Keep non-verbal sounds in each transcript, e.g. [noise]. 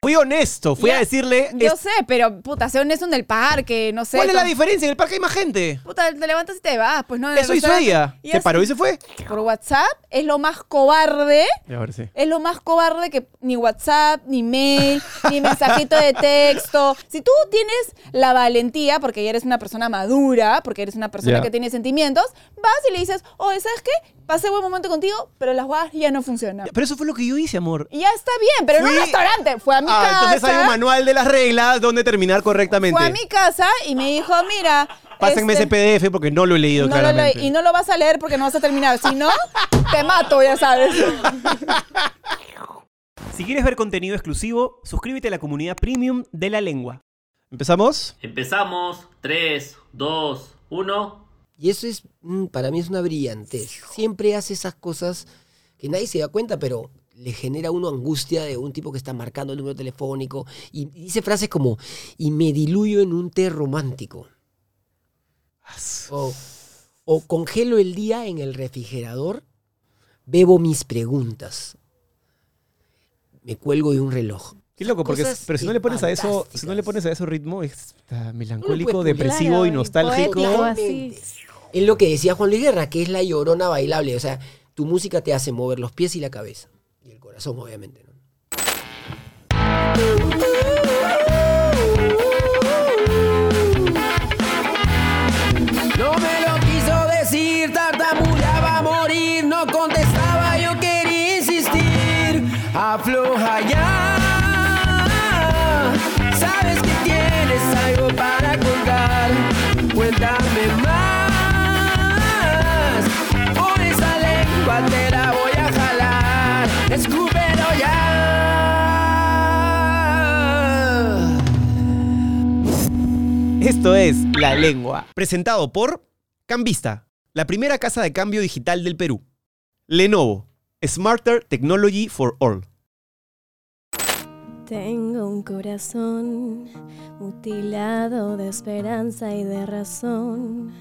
Fui honesto, fui Ya, a decirle. Yo es- sé, pero puta, sé honesto en el parque, no sé. ¿Cuál es la con- diferencia? En el parque hay más gente. Puta, te levantas y te vas, pues no. en el Eso hizo restaurante. ella. Y Se así, paró y se fue. Por WhatsApp es lo más cobarde. Y ahora sí. Es lo más cobarde que ni WhatsApp, ni mail, [laughs] ni mensajito de texto. Si tú tienes la valentía, porque ya eres una persona madura, porque eres una persona Ya. que tiene sentimientos, vas y le dices, oye, ¿sabes qué? Pasé buen momento contigo, pero las guadas ya no funcionan. Pero eso fue lo que yo hice, amor. Y ya está bien, pero en Fui- un restaurante. Fue a mi Ah, casa. entonces hay un manual de las reglas donde terminar correctamente. Fue a mi casa y me dijo, mira. Pásenme este, ese PDF porque no lo he leído no lo claramente. leí- y no lo vas a leer porque no vas a terminar. Si no, te mato, ya sabes. Si quieres ver contenido exclusivo, suscríbete a la comunidad premium de la lengua. ¿Empezamos? Empezamos. 3, 2, 1. Y eso es, mm, para mí es una brillantez. Siempre hace esas cosas que nadie se da cuenta, pero le genera a uno angustia de un tipo que está marcando el número telefónico y y dice frases como, y me diluyo en un té romántico. O, o congelo el día en el refrigerador, bebo mis preguntas, me cuelgo de un reloj. Qué loco, porque Cosas pero si no le pones a eso, si no le fantásticas. pones a eso ritmo, es ah, melancólico, pulir. depresivo Claro, y y nostálgico. poético. Totalmente. Es lo que decía Juan Luis Guerra, que es la llorona bailable. O sea, tu música te hace mover los pies y la cabeza. Y el corazón, obviamente. ¿no? No me lo quiso decir, tartamudeaba a morir, no contestaba, yo quería insistir. Afloja ya, sabes que tienes algo para contar. Cuéntame más, por esa lengua te la voy a jalar. Escúpelo ya. Esto es La Lengua, presentado por Cambista, la primera casa de cambio digital del Perú. Lenovo, Smarter Technology for All. Tengo un corazón mutilado de esperanza y de razón.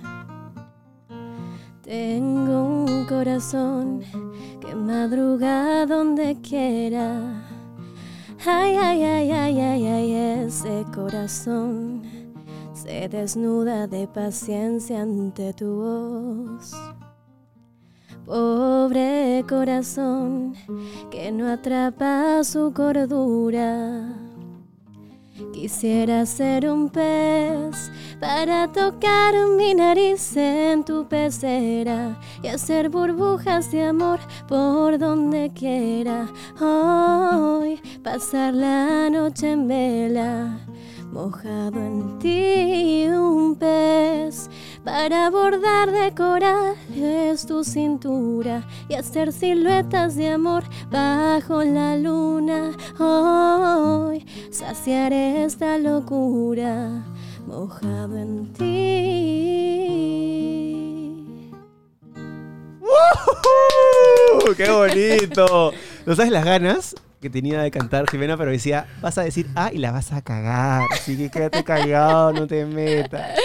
Tengo un corazón que madruga donde quiera. Ay, ay, ay, ay, ay, ay, ese corazón se desnuda de paciencia ante tu voz. Pobre corazón que no atrapa su cordura. Quisiera ser un pez para tocar mi nariz en tu pecera y hacer burbujas de amor por donde quiera. Hoy pasar la noche en vela, mojado en ti un pez para bordar de corales tu cintura y hacer siluetas de amor bajo la luna. Hoy saciaré esta locura mojado en ti. ¡Woohoo! ¡Qué bonito! ¿No sabes las ganas que tenía de cantar Jimena? Pero decía, vas a decir ah y la vas a cagar. Así que quédate cagado, no te metas.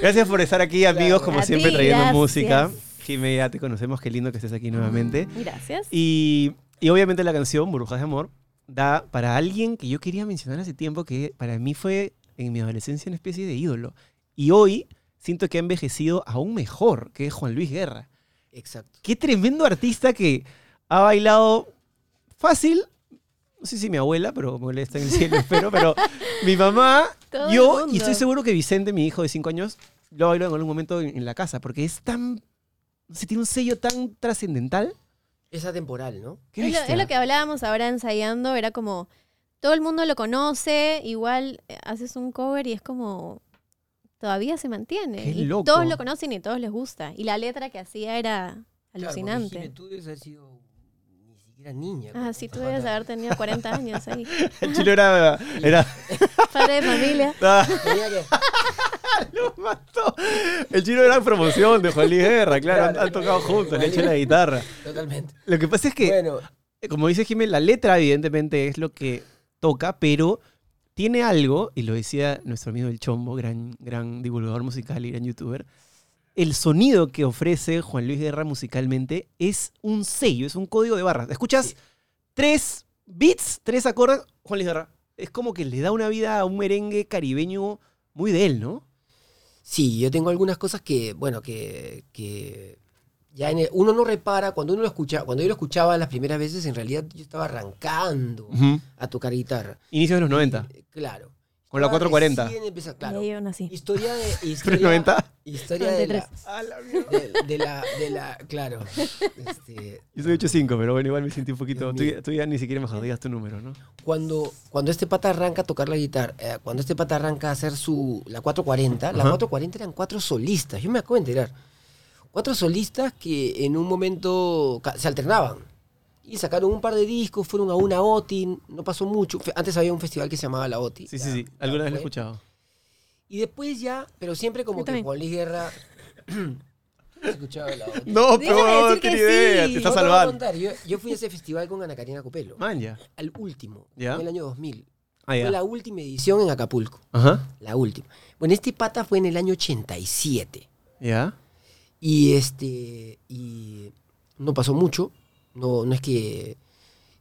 Gracias por estar aquí, amigos, como A ti, siempre trayendo gracias. música. Jimena, ya te conocemos, qué lindo que estés aquí nuevamente. Gracias. Y, y obviamente la canción Burbujas de Amor da para alguien que yo quería mencionar hace tiempo que para mí fue en mi adolescencia una especie de ídolo. Y hoy siento que ha envejecido aún mejor, que es Juan Luis Guerra. Exacto. Qué tremendo artista que ha bailado fácil. No sé si mi abuela, pero como él está en el cielo, [laughs] espero, pero mi mamá, Todo el yo, y mundo. estoy seguro que Vicente, mi hijo de 5 años, lo bailó en algún momento en, en la casa, porque es tan. No sé, tiene un sello tan trascendental. Es atemporal, ¿no? Qué Es lo, es bestia. lo que hablábamos ahora ensayando, era como, todo el mundo lo conoce, igual eh, haces un cover y es como, todavía se mantiene. Qué y loco. todos lo conocen y todos les gusta. Y la letra que hacía era alucinante. tú debes haber sido ni siquiera niña. Ah, sí, tú debes [laughs] haber tenido 40 años ahí. El chilo era. era Padre de familia. ah, Tenía que- [laughs] lo mató. El chilo era promoción de Juan Luis Guerra, claro. han- Han tocado juntos, le ha hecho la guitarra. [laughs] Totalmente. Lo que pasa es que, Bueno, como dice Jiménez, la letra, evidentemente, es lo que toca, pero tiene algo, y lo decía nuestro amigo El Chombo, gran, gran divulgador musical y gran youtuber. El sonido que ofrece Juan Luis Guerra musicalmente es un sello, es un código de barras. ¿Escuchas tres beats, tres acordes? Juan Luis Guerra. es como que le da una vida a un merengue caribeño muy de él, ¿no? Sí, yo tengo algunas cosas que, bueno, que, que ya en el- uno no repara, cuando uno lo escucha, cuando yo lo escuchaba las primeras veces, en realidad yo estaba arrancando a tocar guitarra. Inicios de los 90, Eh, Claro. con la Estaba 440. recién empeza- claro. Y ahí yo nací. [laughs] Historia de... Historia, ¿Pero 90? Historia de la, 93. de, de la... de la- [laughs] Claro. Este, Yo soy 8.5, pero bueno, igual me sentí un poquito... Dios Tú, mío. tú ya ni siquiera me jodías tu número, ¿no? cuando, cuando este pata arranca a tocar la guitarra, eh, cuando este pata arranca a hacer su, la 440, la Ajá. 440 eran cuatro solistas, yo me acabo de enterar. Cuatro solistas que en un momento ca- se alternaban. Y sacaron un par de discos, fueron a una OTI, no pasó mucho. Fe- Antes había un festival que se llamaba la OTI. Sí, ya- sí, sí. ya Alguna vez lo he fue. escuchado. Y después ya, pero siempre como Yo que también. Juan Luis Guerra... se escuchaba la OTI. No, Déjame pero decir no que tiene sí. idea, te Te está está No te voy a salvando. contar, Yo, yo fui a ese festival con Ana Karina Copelo, Ah, Man, ya. al último, Ya. en el año 2000. Ah, Fue ya. la última edición en Acapulco. Ajá. La última. Bueno, este pata fue en el año 87. Ya. Y este. Y no pasó mucho. No, no es que.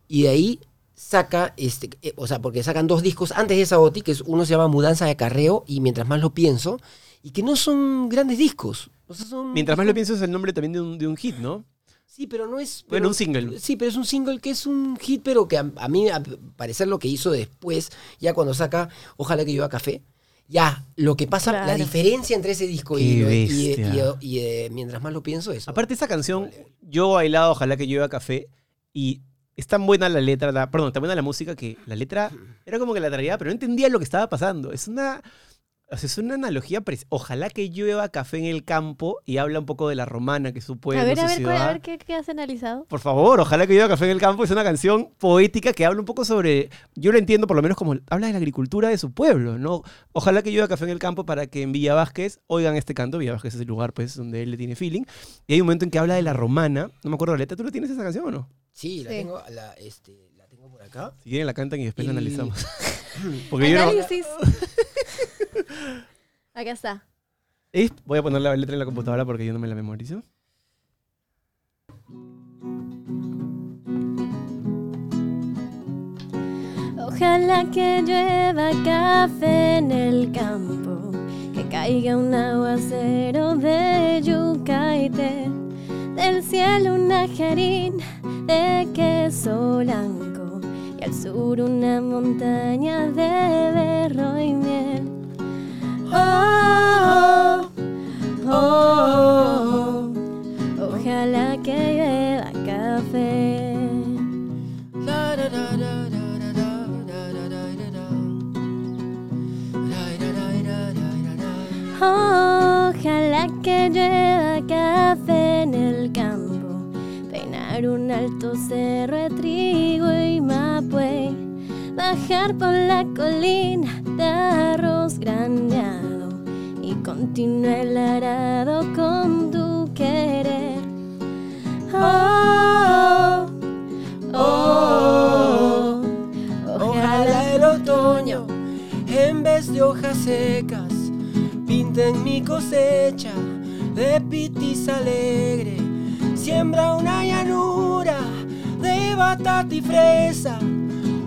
Y de ahí saca. Este, eh, o sea, porque sacan dos discos antes de esa OTI, que es, uno se llama Mudanza de Carreo, y mientras más lo pienso. Y que no son grandes discos. O sea, son- Mientras más lo pienso es el nombre también de un, de un hit, ¿no? Sí, pero no es. Bueno, pero- un single. Sí, pero es un single que es un hit, pero que a, a mí, a parecer lo que hizo después, ya cuando saca Ojalá que llueva café, ya lo que pasa, la Claro. diferencia entre ese disco Qué y, lo- y- bestia. y- y, eh, mientras más lo pienso, eso. Aparte esa canción, yo he bailado Ojalá que llueva café y es tan buena la letra, la- perdón, tan buena la música que la letra era como que la traía, pero no entendía lo que estaba pasando. Es una... o sea, es una analogía, pres- ojalá que llueva café en el campo y habla un poco de la romana que es su pueblo, a ver, su a ver, cuál- ciudad. a ver ¿qué, qué has analizado. Por favor, ojalá que llueva café en el campo. Es una canción poética que habla un poco sobre. Yo lo entiendo, por lo menos, como habla de la agricultura de su pueblo, ¿no? Ojalá que llueva café en el campo para que en Villa Vázquez oigan este canto. Villa Vázquez es el lugar, pues, donde él le tiene feeling. Y hay un momento en que habla de la romana. No me acuerdo la letra. ¿Tú la tienes esa canción o no? Sí, la, Sí. Tengo, la, este, la tengo por acá. Si quieren, la cantan y después la [laughs] Y- analizamos. Porque yo no. [laughs] Análisis. Acá está. Eh, Voy a poner la letra en la computadora porque yo no me la memorizo. Ojalá que llueva café en el campo, que caiga un aguacero de yucaite, del cielo un najarín de queso blanco y al sur una montaña de berro y miel. Oh, oh, oh, oh, ojalá que llueva café. Ojalá que llueva café en el campo, peinar un alto cerro de trigo y mapue, bajar por la colina de arroz graneado y continuar el arado con tu querer. Oh, oh, oh, oh. ojalá Ojalá el otoño, en vez de hojas secas, pinten mi cosecha de pitis alegre. Siembra una llanura de batata y fresa.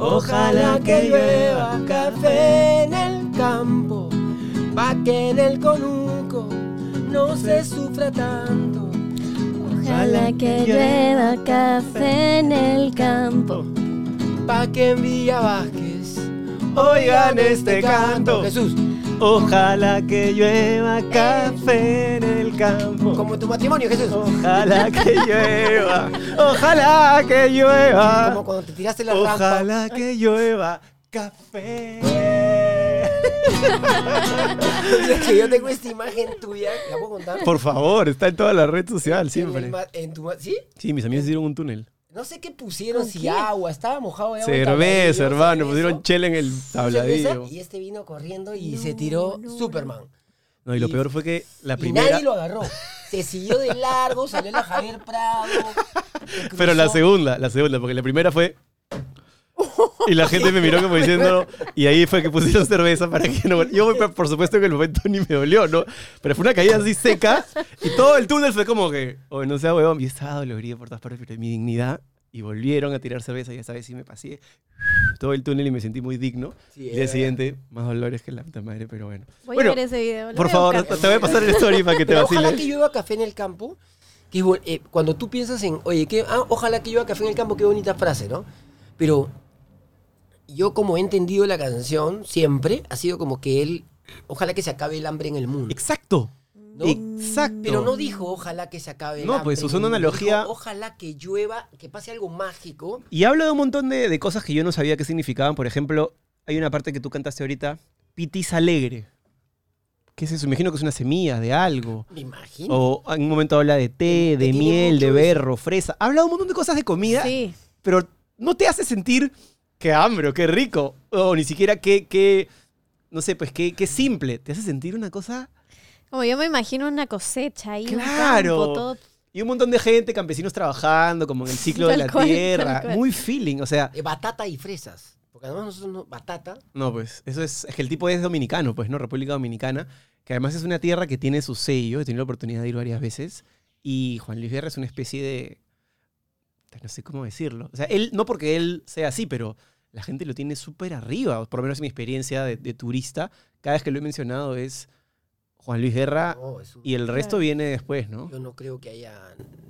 Ojalá que llueva café en el campo, pa' que en el conuco no se sufra tanto. Ojalá que llueva café en el campo. Pa' que en Villa Vázquez Oigan este canto. Jesús, Ojalá que llueva café en el campo. como tu matrimonio, Jesús. Ojalá que llueva, ojalá que Como llueva, cuando te tiraste la rampa. [laughs] ojalá que llueva café. que yo tengo esta imagen tuya, ¿la puedo contar? Por favor, está en toda la red social En siempre. el ma- en tu ma- ¿Sí? Sí, mis amigos hicieron un túnel. No sé qué pusieron, ¿Con si qué? agua, estaba mojado de agua. el Cerveza, tabladillo, hermano, cerveza, pusieron chela en el cerveza, tabladillo. Y este vino corriendo y se tiró Superman. No, y lo peor fue que la Y primera, nadie lo agarró. Se siguió de largo, salió la Javier Prado. [laughs] se pero la cruzó. segunda, la segunda, porque la primera fue... Y la gente me miró como diciendo, y ahí fue que pusieron cerveza para que no... Yo, por supuesto, que en el momento ni me dolió, ¿no? Pero fue una caída así "Oh, seca, y todo el túnel fue como que, oye, no sea huevón, y estaba dolorido por todas partes, pero mi dignidad y volvieron a tirar cerveza y esta vez sí me pasé todo el túnel y me sentí muy digno. Sí, el día es siguiente, más dolores que la puta madre, pero bueno. Voy Bueno, a ver ese video. lo Por voy a favor, buscar. te voy a pasar el story para que te Pero ojalá vaciles. que llueva café en el campo. Que, vol- eh, cuando tú piensas en, oye, que, ah, ojalá que llueva café en el campo, qué bonita frase, ¿no? Pero yo como he entendido la canción siempre, ha sido como que él, ojalá que se acabe el hambre en el mundo. Exacto. ¿no? Exacto. Pero no dijo, ojalá que se acabe el No, hambre. pues, usó en una el mundo", dijo, analogía- ojalá que llueva, que pase algo mágico. Y habla de un montón de, de cosas que yo no sabía qué significaban. Por ejemplo, hay una parte que tú cantaste ahorita, Pitis Alegre. ¿Qué es eso? Imagino que es una semilla de algo. Me imagino. O en un momento habla de té, de tiene miel, de mucho eso. berro, fresa. Habla de un montón de cosas de comida, Sí. pero no te hace sentir qué hambre o qué rico. O ni siquiera qué, qué no sé, pues qué, qué simple. Te hace sentir una cosa... Como yo me imagino una cosecha ahí, Claro. un campo, todo Y un montón de gente, campesinos trabajando, como en el ciclo de [laughs] Tal la cual, tal tierra. cual. Muy feeling, o sea... Eh, batata y fresas. Porque además nosotros no, batata, No, pues, eso es, es que el tipo es dominicano, pues, ¿no? República Dominicana, que además es una tierra que tiene su sello, he tenido la oportunidad de ir varias veces, y Juan Luis Guerra es una especie de, pues, no sé cómo decirlo, o sea, él, no porque él sea así, pero la gente lo tiene súper arriba, o por lo menos en mi experiencia de, de turista, cada vez que lo he mencionado es Juan Luis Guerra, no, es un- y el resto Claro. viene después, ¿no? Yo no creo que haya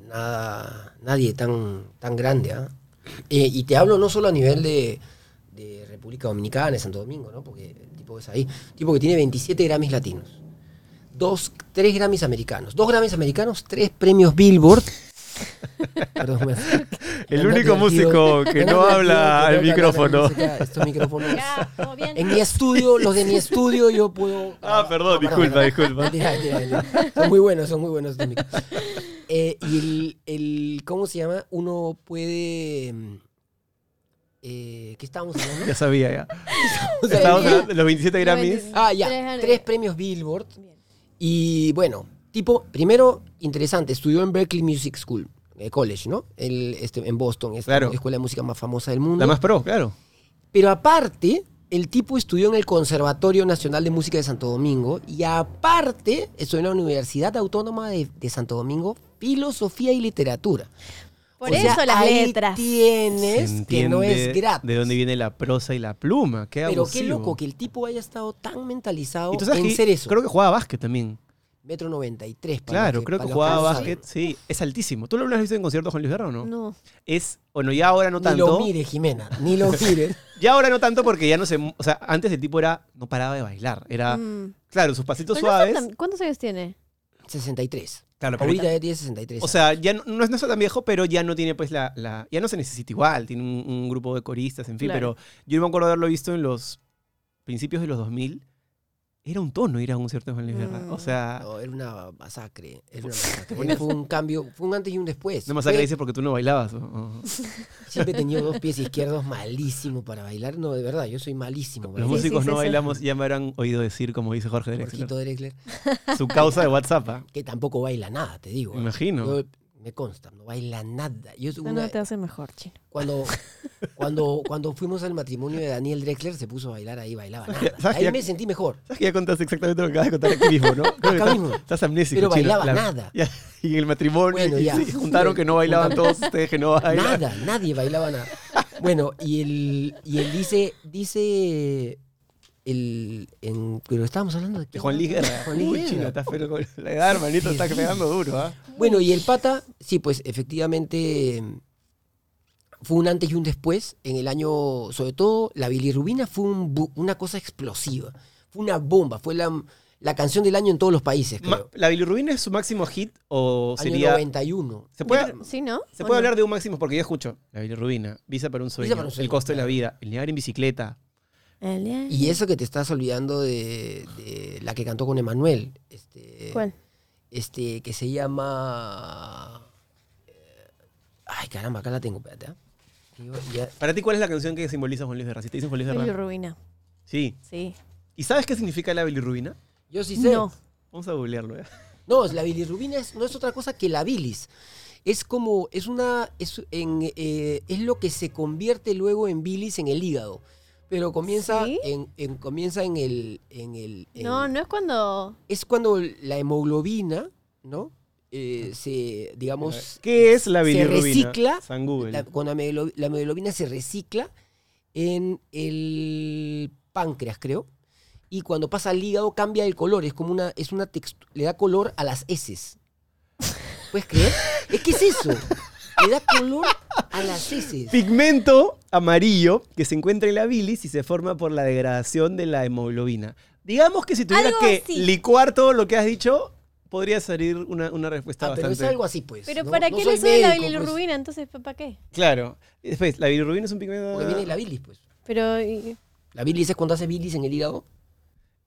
nada, nadie tan, tan grande. ¿ah? Eh, y te hablo no solo a nivel de, de República Dominicana, de Santo Domingo, ¿no? porque el tipo es ahí. tipo que tiene 27 Grammys latinos, dos, tres Grammys americanos, dos Grammys americanos, tres [laughs] premios Billboard. Perdón, me- me El han único advertido- músico me que han no habla al advertido que tengo que hablar de micrófono. música, estos micrófonos. Ya, todo [laughs] bien. En mi estudio, los de mi estudio, yo puedo. Ah, perdón, No, para, disculpa, para. disculpa. Mentira, mentira, mentira. Son muy buenos, son muy buenos. estos micros. Eh, y el, el- ¿Cómo se llama? Uno puede. mm, Eh, ¿Qué estábamos hablando? [laughs] Ya sabía, ya. O sea, Estábamos hablando de los 27 Grammys. Ah, Tres ya. Grammys. Tres premios Billboard. Bien. Y bueno, tipo, primero, interesante, estudió en Berkeley Music School, eh, College, ¿no? El, este, en Boston, es Claro. la escuela de música más famosa del mundo. La más pro, claro. Pero aparte, el tipo estudió en el Conservatorio Nacional de Música de Santo Domingo y aparte estudió en la Universidad Autónoma de, de Santo Domingo Filosofía y Literatura. Por O sea, eso las ahí letras. Se tienes que no es entiende gratis. De dónde viene la prosa y la pluma. Qué Pero abusivo. qué loco que el tipo haya estado tan mentalizado Y tú sabes Oh, en que ser eso. Creo que jugaba básquet también. Metro 93. para Claro, los creo para que los jugaba no saben. básquet. Sí, es altísimo. ¿Tú lo has visto en concierto Juan Luis Guerra o no? No. Es, bueno, ya ahora no ni tanto. lo mires, Jimena, ni lo [laughs] mires. Ya ahora no tanto porque ya no se... O sea, antes el tipo era... No paraba de bailar. Ah, Era... Mm. Claro, sus pasitos Pero no son suaves. tan- ¿Cuántos años tiene? 63. Claro, pero Ahorita ahorita- ya tiene 63. O sea, ya no, no es no está tan viejo, pero ya no tiene pues la... la- ya no se necesita igual. Tiene un, un grupo de coristas, en fin. Claro. Pero yo me acuerdo haberlo visto en los principios de los 2000. Era un tono ir a un concierto de Juan Luis Guerra. O Mm. sea... No, era una masacre. Era una masacre. fue un cambio, fue un antes y un después. No más acá Fue- dices porque tú no bailabas. o- o- Siempre he tenido dos pies izquierdos malísimo para bailar. No, de verdad, yo soy malísimo. Los para Sí, bailar. músicos sí, no sí, sí. bailamos, ya me habrán oído decir, como dice Jorge Drexler, Jorgito Drexler, su causa de WhatsApp. ¿ah? que tampoco baila nada, te digo. ¿eh? Imagino. Yo- me consta, no baila nada. Yo No, una- no te hace mejor, chino. cuando, cuando, cuando fuimos al matrimonio de Daniel Drexler, se puso a bailar [laughs] ahí, bailaba nada. ¿Sabes Ahí que- me sentí mejor. Sabes que ya contaste exactamente lo que acabas de contar aquí mismo, ¿no? Creo que Acá estás- mismo. Estás amnésico. Pero chino. bailaba La- nada. [laughs] ya, y en el matrimonio Bueno, y ya. sí, juntaron que no bailaban todos ustedes, que no bailan. Nada, nadie bailaba nada. Bueno, y él, y él dice, dice, el, en, pero estábamos hablando de... De quién? Juan Luis Guerra. Juan Luis Uy, Guerra. chino, estás pero con la edad, hermanito, estás pegando duro, ¿ah? Bueno, y el pata, sí, pues efectivamente em, fue un antes y un después en el año, sobre todo la bilirrubina fue un bu- una cosa explosiva, fue una bomba, fue la, la canción del año en todos los países, Ma- creo. ¿La bilirrubina es su máximo hit o año sería...? 91. ¿Se puede, ¿Sí, no? se ¿O puede no? hablar de un máximo? Porque yo escucho la bilirrubina, Visa para un sueño, para un El sueño, costo de la claro. vida, El Niagara en bicicleta, Alien. Y eso que te estás olvidando de, de la que cantó con Emanuel, este, ¿Cuál? este, que se llama... eh, Ay, caramba, acá la tengo, espérate. ¿ah? Yo ya- Para ti, ¿cuál es la canción que simboliza Juan Luis Guerra? Si te dicen Juan Luis Billy Guerra. Rubina. Sí. Sí. ¿Y sabes qué significa la bilirrubina? yo sí sé. No. Vamos a googlearlo, ¿eh? No, es la bilirrubina es- no es otra cosa que la bilis. Es como, es una, es, en, eh, es lo que se convierte luego en bilis en el hígado. Pero comienza, ¿Sí? en, en- comienza en el... En el en- No, no es cuando. Es cuando la hemoglobina, ¿no? eh, se, digamos, ¿Qué es la bilirrubina? recicla San Google. la, cuando la, amigdalo- la amigdalobina se recicla en el páncreas, creo. Y cuando pasa al hígado cambia el color, es como una, es una textura, le da color a las heces. ¿Puedes creer? Es que es eso. Le da color a las heces. Pigmento amarillo que se encuentra en la bilis y se forma por la degradación de la hemoglobina. Digamos que si tuvieras Algo que así. licuar todo lo que has dicho, podría salir una, una respuesta Ah, pero bastante. es algo así, pues. Pero ¿no? ¿para No qué soy le sube la médico, pues, bilirrubina? Entonces, ¿para qué? Claro. Después, la bilirrubina es un pigmento. Porque viene la bilis, pues. Pero, y- La bilis es cuando hace bilis en el hígado,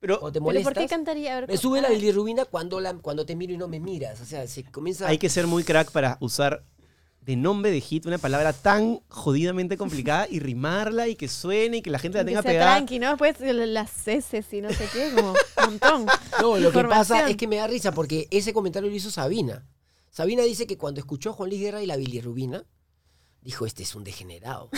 Pero cuando te ¿pero ¿por qué molestas. cantaría? A ver, Me sube la ah, bilirrubina cuando, la, cuando te miro y no me miras. O sea, se comienza... hay que ser muy crack para usar de nombre de hit una palabra tan jodidamente complicada y rimarla y que suene y que la gente la que tenga sea pegada. tranqui, ¿no? Después eh, las heces y no sé qué, como un [laughs] montón. No, lo que pasa Información. es que me da risa porque ese comentario lo hizo Sabina. Sabina dice que cuando escuchó a Juan Luis Guerra y la bilirrubina, dijo, este es un degenerado.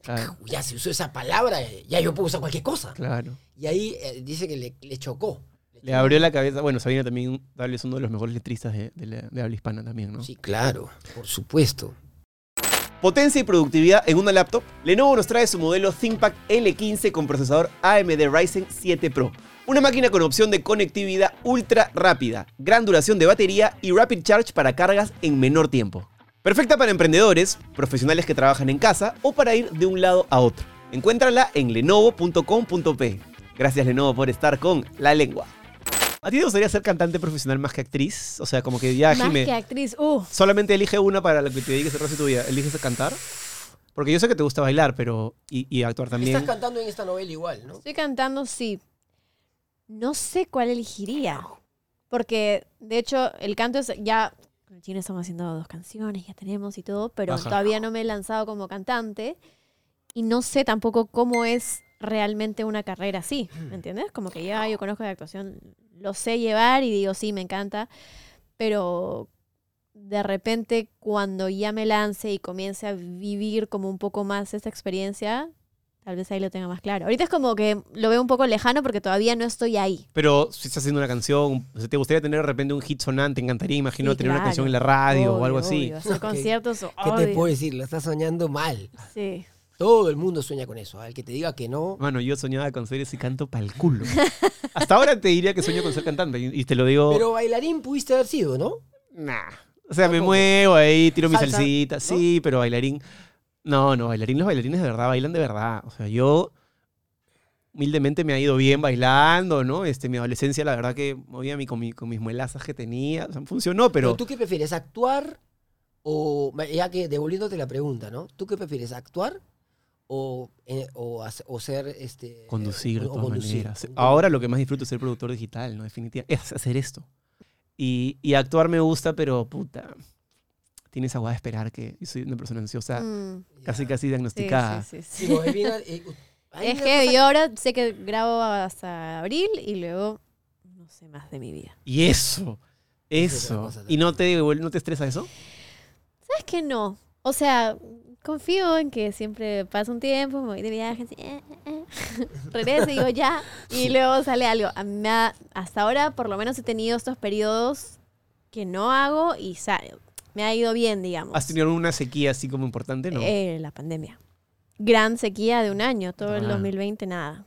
Claro, ya se usó esa palabra, eh, ya yo puedo usar cualquier cosa. Ah, claro. Y ahí eh, dice que le, le chocó. Le abrió la cabeza. Bueno, Sabina también tal vez uno de los mejores letristas de, de la- de habla hispana también, ¿no? Sí, claro, por supuesto. Potencia y productividad en una laptop. Lenovo nos trae su modelo ThinkPad L15 con procesador AMD Ryzen 7 Pro. Una máquina con opción de conectividad ultra rápida, gran duración de batería y rapid charge para cargas en menor tiempo. Perfecta para emprendedores, profesionales que trabajan en casa o para ir de un lado a otro. Encuéntrala en lenovo.com.pe. Gracias Lenovo por estar con la lengua. ¿A ti te gustaría ser cantante profesional más que actriz? O sea, como que ya Más Jime- que actriz. Uh, Solamente elige una para la que te dediques el resto de tu vida. ¿Eliges a cantar? Porque yo sé que te gusta bailar, pero. y, y actuar también. Estás cantando en esta novela igual, ¿no? estoy cantando, sí. No sé cuál elegiría. Porque, de hecho, el canto es ya... Con el chino estamos haciendo dos canciones, ya tenemos y todo, pero Ajá. todavía no me he lanzado como cantante. Y no sé tampoco cómo es realmente una carrera así, Mm. ¿me entiendes? Como que ya yo conozco de actuación, lo sé llevar y digo, sí, me encanta, pero de repente cuando ya me lance y comience a vivir como un poco más esta experiencia, tal vez ahí lo tenga más claro. Ahorita es como que lo veo un poco lejano porque todavía no estoy ahí. Pero si estás haciendo una canción, o sea, te gustaría tener de repente un hit sonante, te encantaría, imagino, Sí, tener una claro. canción en la radio o Obvio, algo así. [laughs] obvio, hacer Ok. conciertos. ¿Qué te obvio. puedo decir? La estás soñando mal. Sí. Todo el mundo sueña con eso. Al que te diga que no, Mano, yo soñaba con ser ese canto pa'l culo. Hasta ahora te diría que sueño con ser cantante, y, y te lo [laughs] digo. Pero bailarín pudiste haber sido, ¿no? nah. O sea, me Tampoco. muevo ahí, tiro mi Salsa, salsita. Sí, pero bailarín. No, no, bailarín, los bailarines de verdad bailan de verdad. O sea, yo humildemente me ha ido bien bailando, ¿no? Este, mi adolescencia, la verdad que movía mi, con, mi- con mis muelazas que tenía. O sea, funcionó, Pero, pero. tú qué prefieres, actuar o. Ya que devolviéndote la pregunta, ¿no? ¿Tú qué prefieres, actuar o, eh, o, hace- o ser. Este, Conducir de o- o todas conducir? maneras. Ahora lo que más disfruto es ser productor digital, ¿no? Definitivamente. Es hacer esto. Y, y actuar me gusta, pero puta. Tienes agua de esperar que. Yo soy una persona ansiosa, Mm, Ya. casi casi sí, diagnosticada. sí, sí, sí. Digo, es bien- eh, u- hay Es una que cosa- yo ahora sé que grabo hasta abril y luego no sé más de mi vida. Y eso. Esa es otra Eso. cosa ¿Y no te, devuel- no te estresa eso? ¿Sabes que no? O sea, confío en que siempre pasa un tiempo, me voy de viaje, así, eh, eh, eh. [laughs] regreso y digo ya, y luego sale algo. A mí me ha- hasta ahora, por lo menos, he tenido estos periodos que no hago y sale. me ha ido bien, digamos. ¿Has tenido una sequía así como importante? No. Eh, la pandemia. Gran sequía de un año, todo el Ah. 2020 nada.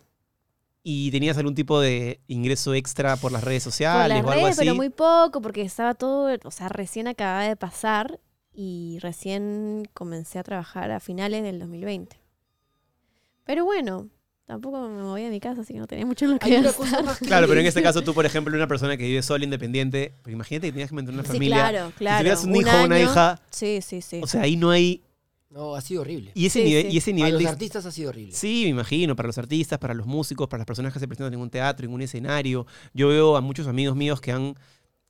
¿Y tenías algún tipo de ingreso extra por las redes por sociales las o algo redes, así? pero muy [laughs] poco, porque estaba todo, o sea, recién acababa de pasar y recién comencé a trabajar a finales del 2020. Pero bueno, tampoco me moví de mi casa, así que no tenía mucho en lo Hay que una gastar. cosa más que. Claro, pero en este caso tú, por ejemplo, una persona que vive sola, independiente, pero imagínate que tenías que mantener una Sí, familia. claro, claro. Si tuvieras un, Un hijo o una año. hija, Sí, sí, sí. o sea, ahí no hay... No, ha sido horrible. Y ese Sí, nivel, sí. Y ese Para nivel los de... artistas ha sido horrible. Sí, me imagino, para los artistas, para los músicos, para las personas que se presentan en un teatro, en un escenario. Yo veo a muchos amigos míos que han,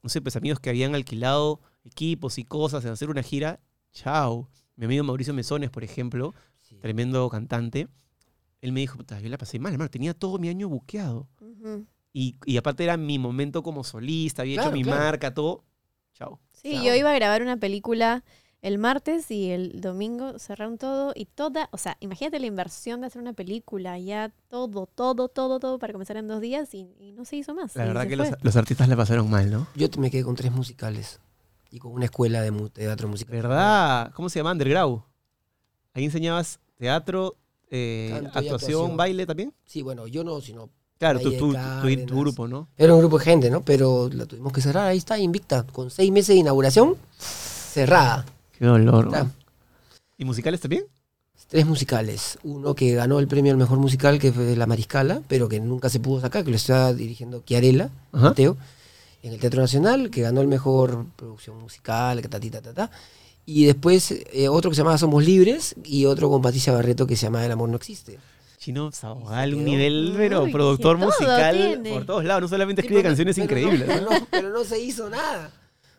no sé, pues amigos que habían alquilado equipos y cosas en hacer una gira. Chao. Mi amigo Mauricio Mesones, por ejemplo, Sí. tremendo cantante, él me dijo, puta, yo la pasé mal, hermano, tenía todo mi año buqueado. Ujú. Y, y aparte era mi momento como solista, había Claro, hecho mi claro. marca, todo. Chao. Sí, yo iba a grabar una película El martes y el domingo cerraron todo y toda, o sea, imagínate la inversión de hacer una película, ya todo, todo, todo, todo para comenzar en dos días y, y no se hizo más. La y verdad se que los, fue. los artistas la pasaron mal, ¿no? Yo te- me quedé con tres musicales y con una escuela de mu- teatro musical. ¿Verdad? ¿Cómo se llama? Underground. Ahí enseñabas teatro, eh, Canto y actuación, actuación. baile también. Sí, bueno, yo no, sino... Claro, tu, Calle tu- tu- Cárdenas. tu grupo, ¿no? Era un grupo de gente, ¿no? Pero la tuvimos que cerrar. Ahí está, invicta. Con seis meses de inauguración, cerrada. Qué dolor. Está. ¿Y musicales también? Tres musicales. Uno que ganó el premio al mejor musical, que fue La Mariscala, pero que nunca se pudo sacar, que lo está dirigiendo Chiarella, Ajá. Mateo, en el Teatro Nacional, que ganó el mejor producción musical, que ta, ti, ta, ta, ta. Y después eh, otro que se llamaba Somos Libres y otro con Patricia Barreto que se llama El Amor No Existe. Chino Sabogal, un quedó. nivel, pero Uy, productor que todo musical tiene. por todos lados. No solamente Sí, escribe pero- canciones pero no- increíbles. ¿no? pero, no, pero no se hizo nada.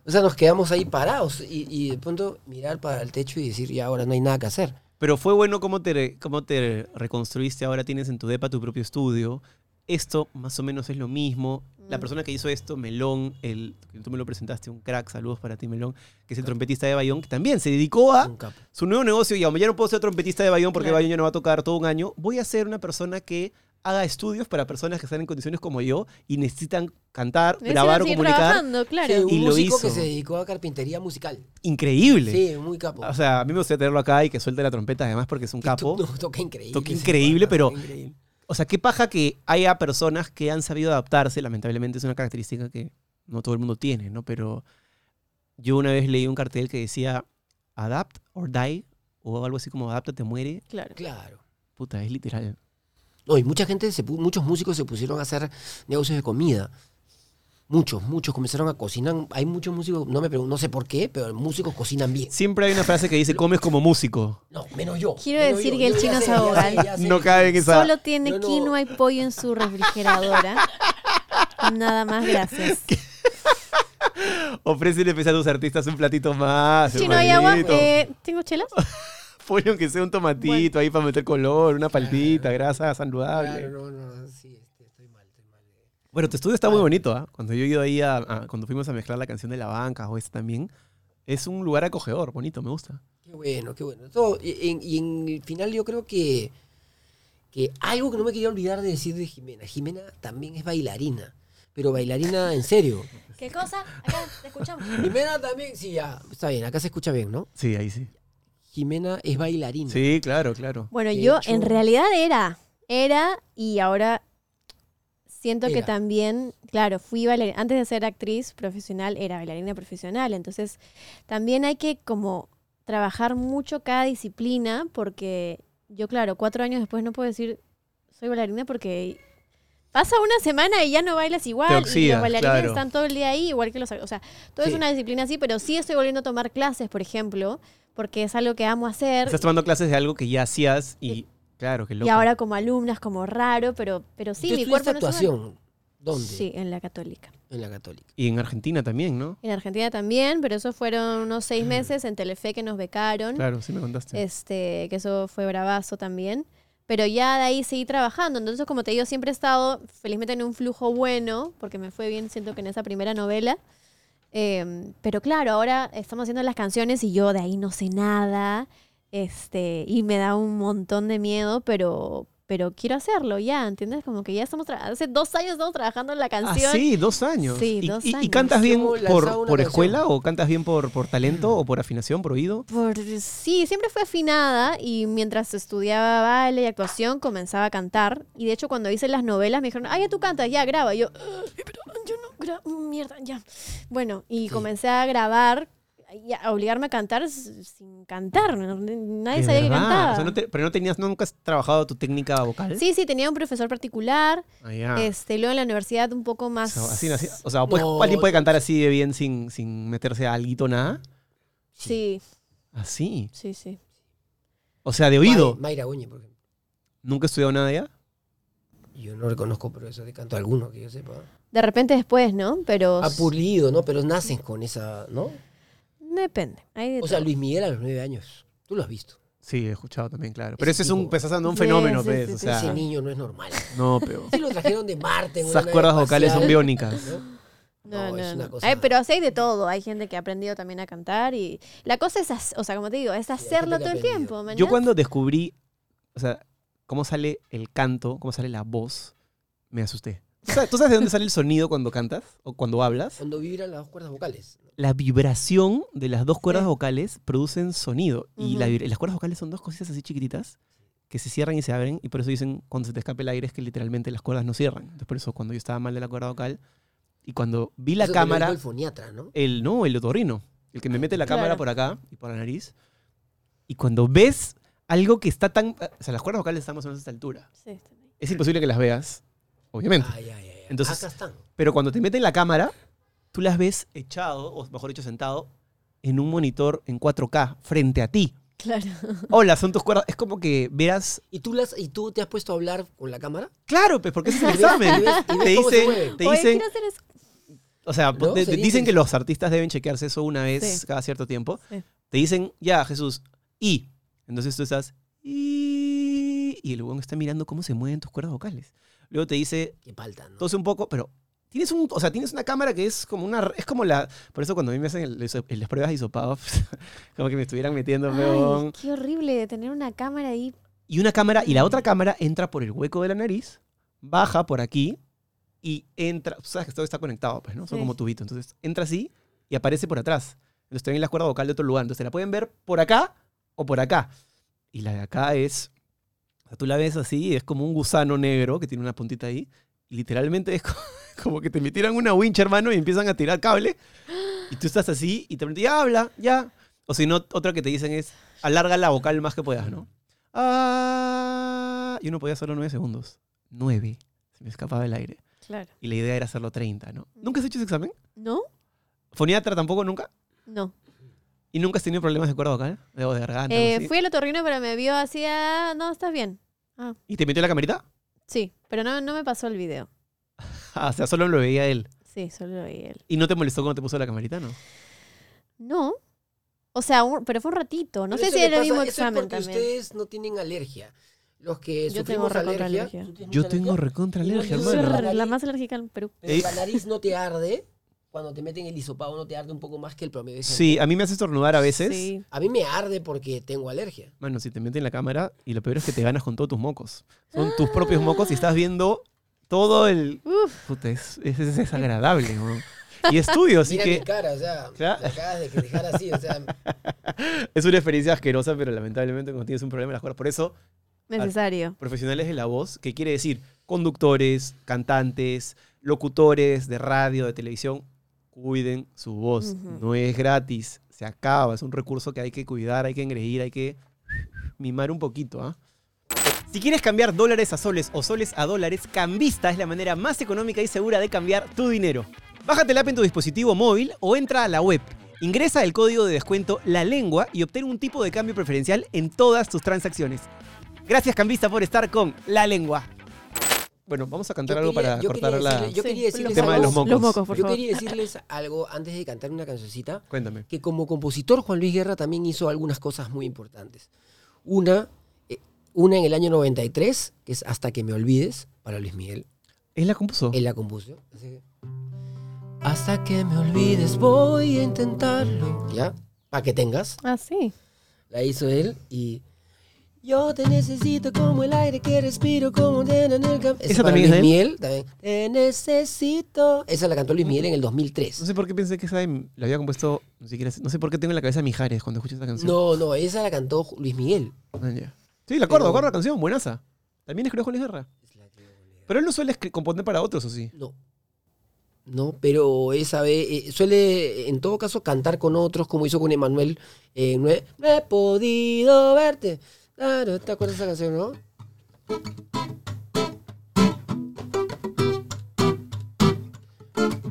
O sea, nos quedamos ahí parados y, y de pronto mirar para el techo y decir, ya ahora no hay nada que hacer. Pero fue bueno cómo te, re- cómo te reconstruiste. Ahora tienes en tu depa tu propio estudio. Esto más o menos es lo mismo. La Mm. persona que hizo esto, Melón, el, tú me lo presentaste, un crack, saludos para ti, Melón, que es el trompetista de Bayón, que también se dedicó a Un capo. su nuevo negocio. Y aunque ya no puedo ser trompetista de Bayón porque Claro. Bayón ya no va a tocar todo un año, voy a ser una persona que haga estudios para personas que están en condiciones como yo y necesitan cantar, Necesitan grabar o seguir comunicar. trabajando, claro. Sí, un Y lo músico hizo. que se dedicó a carpintería musical. Increíble. Sí, muy capo. O sea, a mí me gustaría tenerlo acá y que suelte la trompeta además porque es un capo. No, [laughs] toca increíble. Toca ese increíble, pana, pero- toca increíble. O sea, qué paja que haya personas que han sabido adaptarse. Lamentablemente es una característica que no todo el mundo tiene, ¿no? Pero yo una vez leí un cartel que decía adapt or die o algo así como adapta, te muere. Claro. Claro. Puta, es literal. No, y mucha gente, se pu- muchos músicos se pusieron a hacer negocios de comida. Muchos, muchos comenzaron a cocinar. Hay muchos músicos, no me pregun- no sé por qué, pero músicos cocinan bien. Siempre hay una frase que dice comes como músico. No, menos yo. Quiero menos decir yo. que el Yo ya chino sé, es abogado. ya sé, ya sé. No cabe en esa. Solo tiene yo no- quinoa y pollo en su [laughs] refrigeradora. Nada más, gracias. Ofrécele pues, a tus artistas un platito más. Chino, ¿hay agua? hermanito. Eh, ¿Tengo chelas? Ponle aunque sea un tomatito ahí para meter color, una paltita, grasa saludable. Claro, no, no, sí, este, estoy mal, estoy mal. Bueno, tu estudio está muy bonito, ¿ah? Cuando yo he ido ahí a, a- cuando fuimos a mezclar la canción de la banca o esta también, es un lugar acogedor, bonito, me gusta. Qué bueno, qué bueno. Todo, y, en, y en el final yo creo que, que algo que no me quería olvidar de decir de Jimena. Jimena también es bailarina, pero bailarina en serio. ¿Qué cosa? Acá te escuchamos. Jimena también, sí, ya. Está bien, acá se escucha bien, ¿no? Sí, ahí sí. Jimena es bailarina. Sí, claro, claro. Bueno, De yo hecho- en realidad era, era y ahora siento que Era. también, claro, fui bailarina, antes de ser actriz profesional era bailarina profesional, entonces también hay que como trabajar mucho cada disciplina porque yo, claro, cuatro años después no puedo decir soy bailarina porque pasa una semana y ya no bailas igual y oxidas, los bailarines claro. están todo el día ahí igual que los, o sea, todo es Sí. una disciplina así, pero sí estoy volviendo a tomar clases, por ejemplo, porque es algo que amo hacer Estás tomando clases de algo que ya hacías y, claro, que loco. y ahora como alumnas, como raro, pero, pero sí, Tú mi estudiaste cuerpo no se actuación. mueve. ¿Dónde? Sí, en la católica. En la católica. Y en Argentina también, ¿no? En Argentina también, pero eso fueron unos seis meses en Telefe que nos becaron. Claro, sí me contaste. Este, que eso fue bravazo también. Pero ya de ahí seguí trabajando. Entonces, como te digo, siempre he estado felizmente en un flujo bueno, porque me fue bien, siento que en esa primera novela. Eh, pero claro, ahora estamos haciendo las canciones y yo de ahí no sé nada. Este, y me da un montón de miedo, pero, pero quiero hacerlo ya, ¿entiendes? Como que ya estamos, tra- hace dos años estamos trabajando en la ah, canción. sí, dos años. Sí, ¿Y, dos y- y años. cantas bien Yo lanzaba por, una por canción. escuela o cantas bien por, por talento o por afinación, por oído? Por, sí, siempre fue afinada y mientras estudiaba baile y actuación comenzaba a cantar. Y de hecho cuando hice las novelas me dijeron, ah, ya tú cantas, ya graba. Y yo, "Ay, pero yo no grabo, mierda, ya. Bueno, y Sí. comencé a grabar y a obligarme a cantar s- sin cantar. No- Nadie De sabía que verdad. cantaba. O sea, no te- pero no tenías, nunca has trabajado tu técnica vocal. Sí, sí, tenía un profesor particular. Ah, ya. Este, luego en la universidad un poco O más... sea, así, así- o sea, pues, No. alguien puede cantar así de bien sin, sin meterse a alguito nada. Sí, Así. sí, sí. O sea, de oído. Ma- Mayra Goñi, por ejemplo. Nunca he estudiado nada de ella. Yo no reconozco profesor de canto alguno que yo sepa. De repente después, ¿no? Pero... Ah, Ha pulido, ¿no? Pero nacen con esa, ¿no? Depende. hay de O sea, todo. Luis Miguel a los nueve años. Tú lo has visto. Sí, he escuchado también, claro. Pero Ese ese es un, tipo. pues, estás dando un Sí, fenómeno, sí, pues. sí, o sí, sea, Ese niño no es normal. no, pero. Sí lo trajeron de Marte. en una Esas nave cuerdas vocales son espacial, biónicas. ¿no? No, No, no, es una no. cosa- Ay, pero sí hay de todo. Hay gente que ha aprendido también a cantar y la cosa es, hac- o sea, como te digo, es gente hacerlo que ha todo el aprendido. tiempo. ¿me Yo entiendes? cuando descubrí, o sea, cómo sale el canto, cómo sale la voz, me asusté. O sea, ¿Tú sabes de dónde sale el sonido cuando cantas o cuando hablas? Cuando vibran las dos cuerdas vocales. La vibración de las dos cuerdas vocales producen sonido. Y la Ujú. vibra- las cuerdas vocales son dos cositas así chiquititas que se cierran y se abren. Y por eso dicen, cuando se te escape el aire es que literalmente las cuerdas no cierran. Entonces, por eso cuando yo estaba mal de la cuerda vocal y cuando vi la Eso te lo cámara... dijo El foniatra, ¿no? el no, el otorrino, el que me mete la Claro. cámara por acá y por la nariz. Y cuando ves algo que está tan, o sea, las cuerdas vocales están más o menos a esta altura. Sí, está bien. Es imposible que las veas, obviamente, Ay, ay, ay, ay. Entonces- Acá están. pero cuando te meten la cámara, tú las ves echado o mejor dicho sentado en un monitor en 4K frente a ti. Claro. Hola, son tus cuerdas, es como que veas ¿Y tú, las, ¿Y tú te has puesto a hablar con la cámara? Claro, pues porque ese es el [laughs] Y ves- examen. y ves- y ves Te cómo se dicen, mueven. te Oye, dicen, quiero hacer es- O sea, ¿No? te- te Sería dicen que interesante. los artistas deben chequearse eso una vez Sí. cada cierto tiempo. Sí. Te dicen, ya, Jesús, y. Entonces tú estás, y. Y el huevón está mirando cómo se mueven tus cuerdas vocales. Luego te dice, Que faltan, ¿no? tose un poco, pero. Tienes un, o sea, tienes una cámara que es como una, es como la, por eso cuando a mí me hacen el- el- las pruebas de hisopado, [laughs] como que me estuvieran metiendo, Ay, huevón. qué horrible tener una cámara ahí. Y una cámara, y la otra cámara entra por el hueco de la nariz, baja por aquí y entra. tú Sabes que todo está conectado, pues, ¿no? Son Sí. como tubitos. Entonces entra así y aparece por atrás. Entonces también la cuerda vocal de otro lugar. Entonces la pueden ver por acá o por acá. Y la de acá es. O sea, tú la ves así, es como un gusano negro que tiene una puntita ahí. Y literalmente es [laughs] co- como que te metieran una wincha, hermano, y empiezan a tirar cable. Y tú estás así y te preguntan, ya habla, ya. O si no, otra que te dicen es, alarga la vocal más que puedas, ¿no? Ah, y uno podía solo nueve segundos. Nueve. Se me escapaba el aire. Claro. Y la idea era hacerlo 30, ¿no? Mm. ¿Nunca has hecho ese examen? ¿No? ¿Foniatra tampoco nunca? No. ¿Y nunca has tenido problemas de cuerda vocal? De, o de garganta. algo Eh, así? fui al otorrino, pero me vio así, ah, no, estás bien. ¿Y te metió la camarita? Sí, pero no, no me pasó el video. Ah, o sea, solo lo veía él. Sí, solo lo vi él. ¿Y no te molestó cuando te puso la camarita, no? No. O sea, un- pero fue un ratito. No sé Pero eso si le era el pasa- mismo eso es examen porque también. ustedes no tienen alergia. Los que Yo tengo sufrimos recontra alergia. alergia. ¿tú tienes Yo mucha tengo alergia? recontra Y no alergia, te Soy duele. hermano. la más alérgica en Perú. Pero la Eh. nariz no te arde. Cuando te meten el hisopado no te arde un poco más que el promedio. de gente. Sí, a mí me hace estornudar a veces. Sí. A mí me arde porque tengo alergia. Mano, si te meten la cámara y lo peor es que te ganas con todos tus mocos. Son tus propios mocos y estás viendo todo el... Uf. Puta, es, es- es desagradable, ¿no? Y estudio, así Mira que... mi cara, o sea, Claro. me acabas de dejar así, [laughs] o sea, Es una experiencia asquerosa, pero lamentablemente cuando tienes un problema en las cuerdas. Por eso, Necesario. profesionales de la voz, que quiere decir conductores, cantantes, locutores de radio, de televisión, cuiden su voz. Ujú. No es gratis, se acaba, es un recurso que hay que cuidar, hay que engreír, hay que mimar un poquito, ¿ah? Si quieres cambiar dólares a soles o soles a dólares, Cambista es la manera más económica y segura de cambiar tu dinero. Bájate la app en tu dispositivo móvil o entra a la web. Ingresa el código de descuento La Lengua y obtén un tipo de cambio preferencial en todas tus transacciones. Gracias Cambista por estar con La Lengua. Bueno, vamos a cantar Yo algo quería- para yo cortar quería la... decirle- yo Sí, quería los decirles tema de algo. los mocos. Los mocos, por Yo favor. quería decirles algo antes de cantar una cancioncita, Cuéntame. que como compositor Juan Luis Guerra también hizo algunas cosas muy importantes. Una, eh, una en el año 93, que es Hasta que me olvides, para Luis Miguel. Él la compuso. Él la compuso. Así que, Oh. Hasta que me olvides voy a intentarlo. ¿Ya? Para que tengas. Ah, sí. La hizo él y... Yo te necesito como el aire que respiro, como arena en el campo. ¿Esa también es de Miguel. También. Te necesito. Esa la cantó Luis Miguel en el 2003. No sé por qué pensé que esa de- la había compuesto, ni siquiera, sé- no sé por qué tengo en la cabeza a Mijares cuando escucho esta canción. No, no, esa la cantó Ju- Luis Miguel. Ah, ya. Sí, la acuerdo, Pero- acuerdo la canción, buenaza. También escribió Juan Luis Guerra. Pero él no suele escri- componer para otros, ¿o sí? No. No, pero esa vez eh, suele, en todo caso, cantar con otros, como hizo con Emanuel. eh, no, he, no he podido verte. Claro, ¿te acuerdas de esa canción, no?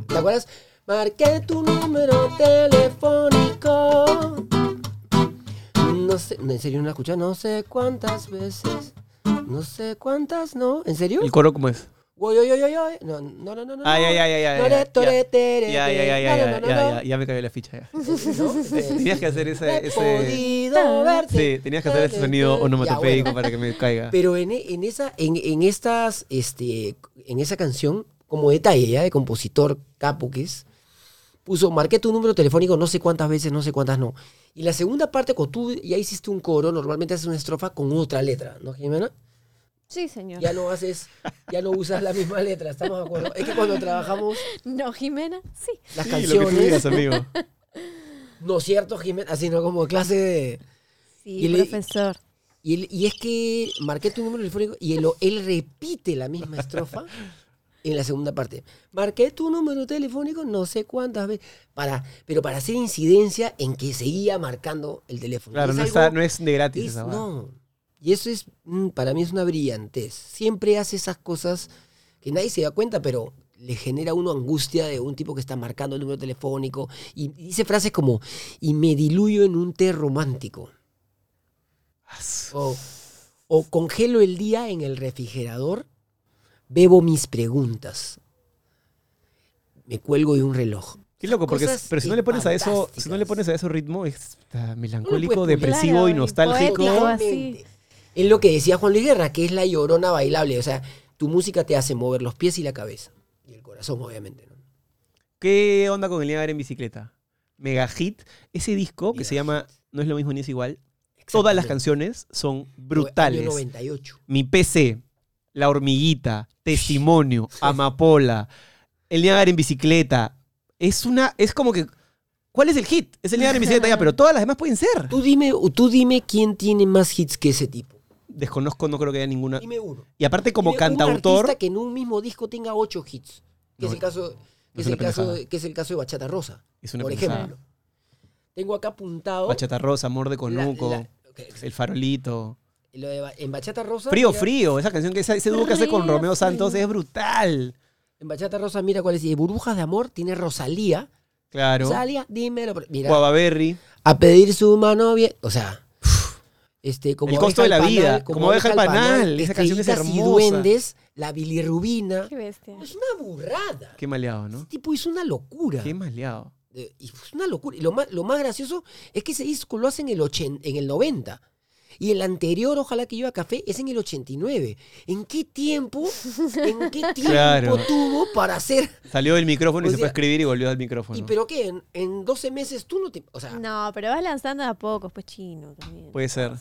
¿Te acuerdas? Marqué tu número telefónico. No sé, ¿en serio no la escuchas? No sé cuántas veces. No sé cuántas, ¿no? ¿En serio? ¿El coro cómo es? Uy, uy, uy, uy, uy. No, no, no, no, no. Ay, no. ay, ay, ay, ay, Lore, ay, tore, Ah, ya. tere, Ya, ya, tere. ya, ya, ya, No, no, no, ya, no. [laughs] ya, ya me cayó la ficha. ya. ¿No? Este, Tenías que hacer ese... he ese... podido verte. Sí, tenías que hacer ese sonido Ya, onomatopeico bueno. para que me caiga. Pero en, en esa, en, en estas, este, en esa canción, como detalle ya de compositor capo que es, puso, marqué tu número telefónico no sé cuántas veces, no sé cuántas no. Y la segunda parte, cuando tú ya hiciste un coro, normalmente haces una estrofa con otra letra, ¿no, Jimena? Sí, señor. Ya no haces, ya no usas la misma letra, estamos de acuerdo. Es que cuando trabajamos [laughs] No, Jimena, sí. las Sí, lo que tú canciones, digas, [laughs] amigo. no cierto, Jimena, así no como clase de... Sí, Y le- profesor. Y, él- y es que marqué tu número telefónico y él, él repite la misma estrofa en la segunda parte. Marqué tu número telefónico no sé cuántas veces, para, pero para hacer incidencia en que seguía marcando el teléfono. Claro, Es no, algo- está, no es de gratis es- esa vaina. no. Y eso es, mm, para mí es una brillantez. Siempre hace esas cosas que nadie se da cuenta, pero le genera a uno angustia de un tipo que está marcando el número telefónico y, y dice frases como, y me diluyo en un té romántico. O, o congelo el día en el refrigerador, bebo mis preguntas. Me cuelgo de un reloj. Qué loco, porque Cosas pero si no le pones a eso, si no le fantásticas. pones a eso ritmo, es está melancólico, puedes publicar. depresivo pues, Claro, y y nostálgico. poético. Totalmente. Es lo que decía Juan Luis Guerra, que es la llorona bailable. O sea, tu música te hace mover los pies y la cabeza. Y el corazón, obviamente. ¿no? ¿Qué onda con el Niagara en bicicleta? Mega hit. Ese disco que Mega se llama No es lo mismo ni es igual. Todas las Exactamente. canciones son Año brutales. 98. Mi PC, La Hormiguita, [laughs] Testimonio, Amapola, El Niagara en bicicleta. Es una. Es como que. ¿Cuál es el hit? Es el Niagara en bicicleta ya, pero todas las demás pueden ser. Tú dime, tú dime quién tiene más hits que ese tipo. Desconozco, no creo que haya ninguna. Dime uno. Y aparte, Ah, como Dime Un cantautor. artista que en un mismo disco tenga ocho hits. Que No, es el caso, que es es el una caso, pendejada. que es el caso de Bachata Rosa. Es una por pendejada. ejemplo. Tengo acá apuntado. Bachata Rosa, Amor de la- Conuco, la- ok, El Farolito. lo de ba- en Bachata Rosa. Frío, mira- frío. Esa canción que esa- ese dúo que hace con Frío, Romeo Santos frío. es brutal. En Bachata Rosa, mira cuál es. Y de Burbujas de Amor tiene Rosalía. Claro. Rosalía, dímelo. pero- Mira. Guavaberry. a pedir su mano bien. O sea, este, como El costo oveja de la al vida, como oveja al panal, esa canción es Estrellitas este, y hermosa. duendes, la bilirrubina. Qué bestia. Es una burrada. Qué maleado, ¿no? Este tipo hizo una locura. Qué maleado. Eh, y Es una locura. Y lo más, lo más gracioso es que ese disco lo hace en el, 80, en el 90. Y el anterior, ojalá que lleva café, es en el 89. ¿En qué tiempo? ¿En qué [laughs] tiempo Claro. tuvo para hacer? Salió del micrófono y O se fue a sea, escribir y volvió al micrófono. ¿Y pero qué? En, en 12 meses tú no te. O sea, No, pero vas lanzando de a poco, pues chino también. Puede ser.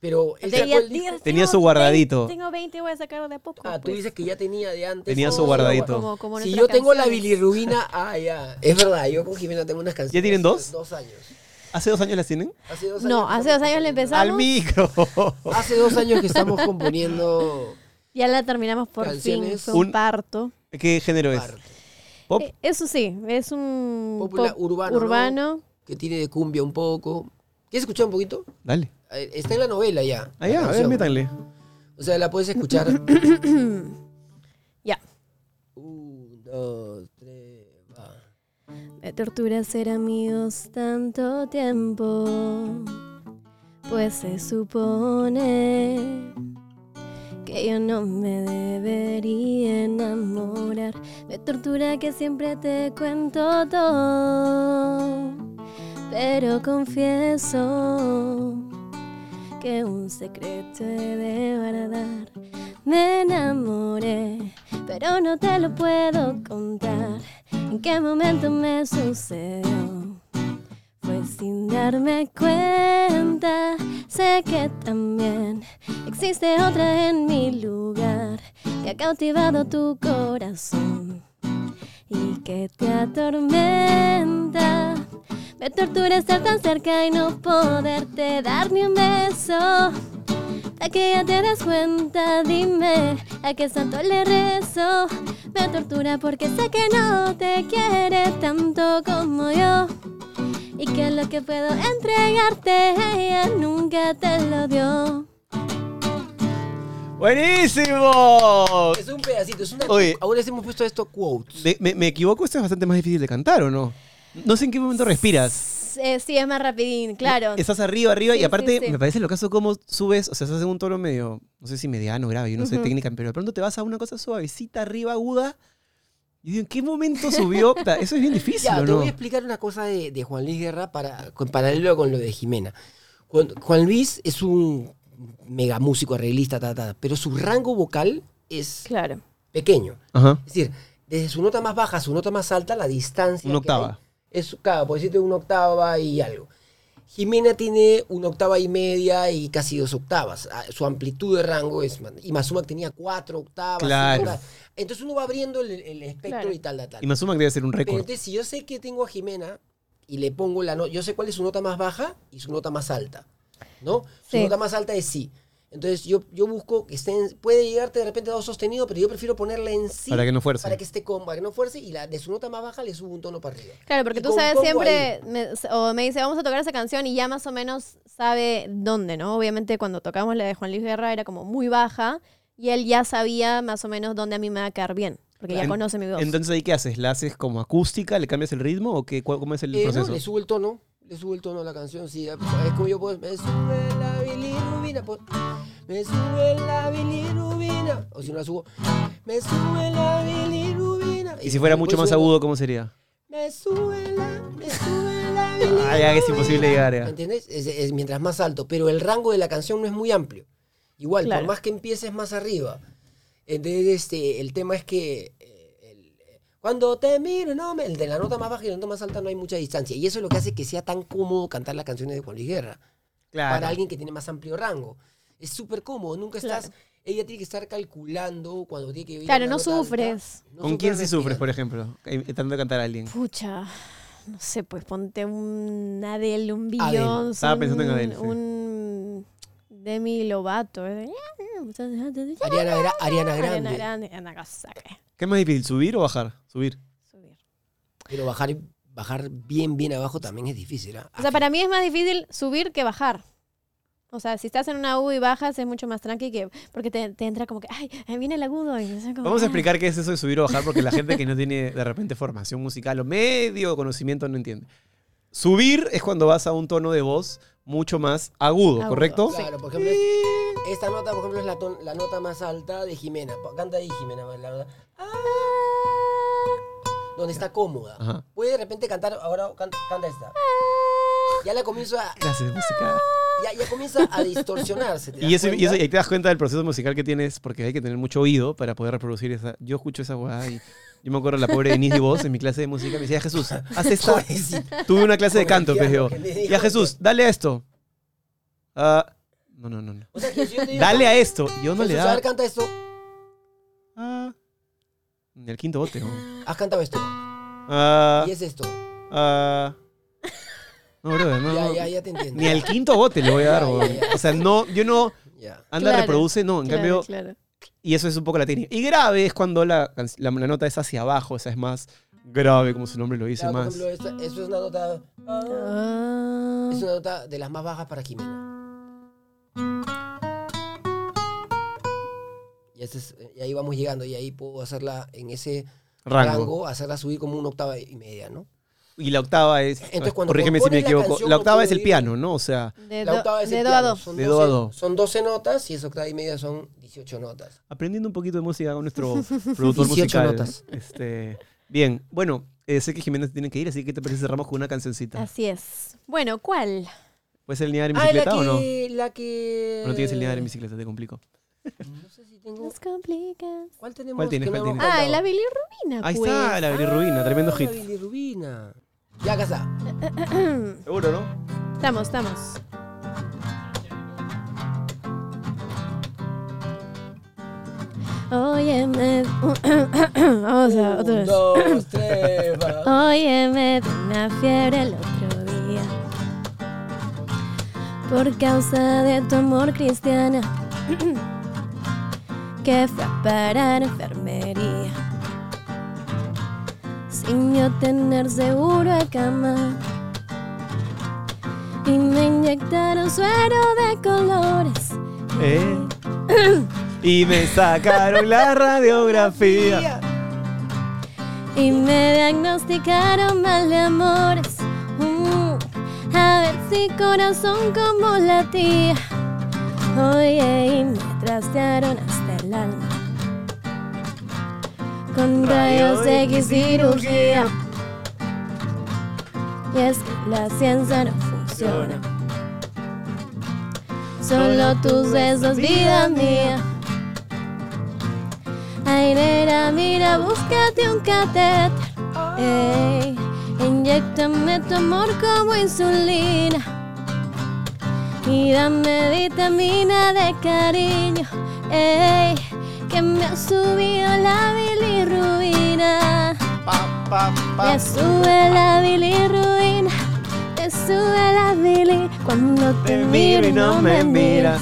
pero. él Tenía- sacó el disco- tenía- Tenía su tengo- guardadito. Tengo 20, voy a sacar de a poco. pues, Ah, tú pues. dices que ya tenía de antes. Tenía No, su no, guardadito. bueno. Como, como Si nuestras yo tengo la canciones. bilirrubina, [laughs] ah, ya. Es verdad, yo con Jimena tengo unas canciones. ¿Ya tienen dos? hace Dos años. ¿Hace dos años las tienen? Hace dos No, años que hace estamos dos años le componiendo. empezamos. Al micro. [laughs] Hace dos años que estamos componiendo. Ya la terminamos por Canciones. fin. Fue un, Un- parto. ¿Qué género es? Parto. Pop. Eh, eso sí, es un Popular- pop urbano, ¿no? urbano. Que tiene de cumbia un poco. ¿Quieres escuchar un poquito? Dale. A ver, Está en la novela ya. Ah, ya, la a ver, canción. métanle. O sea, la [laughs] puedes escuchar. Ya. Un, dos, tres, va. Me tortura ser amigos tanto tiempo, pues se supone que yo no me debería enamorar. Me tortura que siempre te cuento todo, pero confieso que un secreto he de guardar. Me enamoré, pero no te lo puedo contar. ¿En qué momento me sucedió? Fue sin darme cuenta, sé que también existe otra en mi lugar que ha cautivado tu corazón y que te atormenta. Me tortura estar tan cerca y no poderte dar ni un beso. A que ya te das cuenta, dime a qué santo le rezo. Me tortura porque sé que no te quiere tanto como yo. Y que lo que puedo entregarte, ella nunca te lo dio. ¡Buenísimo! Es un pedacito, es una. Oye. Ahora sí hemos puesto esto quotes. De- me, me equivoco, esto es bastante más difícil de cantar, ¿o no? No sé en qué momento respiras. Eh, sí, es más rapidín, claro. Estás arriba, arriba, Sí, y aparte sí, sí. me parece lo caso cómo subes, o sea, estás en un tono medio, no sé si mediano, grave, yo no sé Ujú. técnica, pero de pronto te vas a una cosa suavecita, arriba, aguda. Y digo, ¿en qué momento subió? [laughs] Puta, Eso es bien difícil, Ya, ¿o te no? voy a explicar una cosa de, de Juan Luis Guerra para, con paralelo con lo de Jimena. Juan, Juan Luis es un mega músico, arreglista, ta, ta, ta, pero su rango vocal es Claro. pequeño. Ajá. Es decir, desde su nota más baja a su nota más alta, la distancia. Una que hay octava. Es, claro, por decirte una octava y algo. Jimena tiene una octava y media y casi dos octavas. Ah, Su amplitud de rango es. man- Y Mazuma tenía cuatro octavas. cinco Claro. octavas. Entonces uno va abriendo el, el espectro Claro. y tal, tal, tal. Y Mazuma que debe ser un Pero récord. entonces, si yo sé que tengo a Jimena y le pongo la nota, yo sé cuál es su nota más baja y su nota más alta, ¿no? Su Sí. nota más alta es sí. Entonces, yo, yo busco que estén, puede llegarte de repente a dos sostenido, pero yo prefiero ponerla en sí Para que no fuerce. para que esté con, para que no fuerce y la de su nota más baja le subo un tono para arriba. Claro, porque Y tú con sabes combo siempre, ahí. me- o me dice, vamos a tocar esa canción y ya más o menos sabe dónde, ¿no? Obviamente cuando tocamos la de Juan Luis Guerra era como muy baja y él ya sabía más o menos dónde a mí me va a caer bien, porque ya Claro. conoce mi voz. Entonces, ¿ahí qué haces? ¿La haces como acústica? ¿Le cambias el ritmo? ¿O qué, cuál- cómo es el Eh, no, proceso? le subo el tono, le subo el tono a la canción, sí, ya, pues, es como yo puedo, me sube la bilirrubina, pues, me sube la bilirrubina, o si no la subo, me sube la bilirrubina. y si fuera después mucho más subo- agudo, ¿cómo sería? Me sube la, me sube [laughs] la Ah, ya que es imposible llegar. ¿Me ya. entendés? Es, es mientras más alto, pero el rango de la canción no es muy amplio. Igual, Claro. por más que empieces más arriba. Entonces, este, el tema es que eh, el- eh, cuando te miro, no, me- el de la nota más baja y la nota más alta no hay mucha distancia. Y eso es lo que hace que sea tan cómodo cantar las canciones de Juan Luis Guerra. Para alguien que tiene más amplio rango. Es súper cómodo, nunca Claro. estás... Ella tiene que estar calculando cuando tiene que... ir a Claro, una no nota alta. sufres. No ¿Con quién sí sufres, respirando. por ejemplo? Intentando cantar a alguien. Pucha, no sé, pues ponte un Adele, un Adele. Beyoncé, Estaba pensando en un- Adele, sí. un Demi Lovato. ¿eh? Ariana, Gra- Ariana Grande. Ariana Grande, Nagasaki. ¿Qué es más difícil, subir o bajar? Subir. Subir. Pero bajar, bajar bien, bien abajo también es difícil. ¿ah? O sea, para mí es más difícil subir que bajar. O sea, si estás en una U y bajas, es mucho más tranqui que. Porque te, te entra como que, ay, ahí viene el agudo. y es como, Vamos a ah. explicar qué es eso de subir o bajar porque la gente que no tiene de repente formación musical o medio conocimiento no entiende. Subir es cuando vas a un tono de voz mucho más agudo, Agudo, ¿correcto? Claro, por ejemplo, es- esta nota, por ejemplo, es la, ton- la nota más alta de Jimena. Pa- Canta ahí, Jimena, la verdad. Ah. Donde está cómoda. Ajá. Puede de repente cantar, ahora can- canta esta. Ya la comienzo a, Clase de música. ya, ya comienza a distorsionarse. ¿te [laughs] das Y, eso, y cuenta? eso- y ahí te das cuenta del proceso musical que tienes porque hay que tener mucho oído para poder reproducir esa. Yo escucho esa guada y yo me acuerdo la pobre Denise de voz en mi clase de música me decía, Jesús, haz [laughs] esta. Pobrecita. Tuve una clase de canto, pues yo. Pobrecita, lo que le dijo. Ya Jesús, dale a esto. Ah, no, no, no, no. O sea, que si yo te digo, Dale a esto. Yo no le Jesús, a daba. ver, canta esto. Ah. Ni el quinto bote. ¿no? [laughs] Has cantado esto. Ah, Y es esto. ah. No, brother, no, Ya, no. ya, ya te entiendo. Ni al quinto bote le voy a dar, [laughs] Ya, ya, weón. ya. O sea, no, yo no. Ya. Anda, Claro, reproduce, no. En Claro, cambio, "Ah, claro. y eso es un poco la técnica. Y grave es cuando la, can- la, la nota es hacia abajo, o sea, es más grave, como su nombre lo dice, Claro, por más. ejemplo, esta- eso es una nota. Ah. Es una nota de las más bajas para Jimena. Y, este es- y ahí vamos llegando y ahí puedo hacerla en ese rango, rango. hacerla subir como una octava y media, ¿no? Y la octava es. Entonces, cuando corrígeme si me compones la equivoco. canción, la no octava puedo es el ir- piano, ¿no? O sea, De, La do- octava es el de do a piano, do. Son De do a 12 do. Son 12 notas y esa octava y media son 18 notas. aprendiendo un poquito de música con [laughs] nuestro productor 18 musical. notas. Este, bien, bueno, eh, sé que Jiménez tiene que ir, así que te parece cerramos con una cancioncita. Así es. Bueno, ¿cuál? ¿Puede ser el niño en Ah, la bicicleta que, o no? ¿O la que... no tienes el niño en bicicleta? Te complico. No sé si tengo... Nos complicas. ¿Cuál tenemos? ¿Cuál tienes? que no ¿Cuál hemos tienes? Ah, cantado? la bilirrubina. Ahí pues. está, la bilirrubina, tremendo Ah, hit. La bilirrubina. Ya, acá está. Seguro, ¿no? Estamos, estamos. Óyeme. [coughs] Vamos a otra Un, vez. dos, tres, [laughs] va. Óyeme, de una fiebre el otro día. Por causa de tu amor, Cristiana, [clears throat] que fue a parar a enfermería. Sin yo tener seguro de cama. Y me inyectaron suero de colores. Eh. y me sacaron la [laughs] radiografía. Y me diagnosticaron mal de amores. Mm, a ver si corazón como la tía. Oye, y me trastearon hasta el alma. Con rayos X cirugía. Y es que la ciencia no funciona. Solo tus besos, vida mía. Ay, Chairera, mira, búscate un catéter. Ey, inyectame tu amor como insulina. Y dame vitamina de cariño, ey, que me ha subido la bilirrubina. Me sube la bilirrubina, te sube la bili cuando te, miro y no me miras.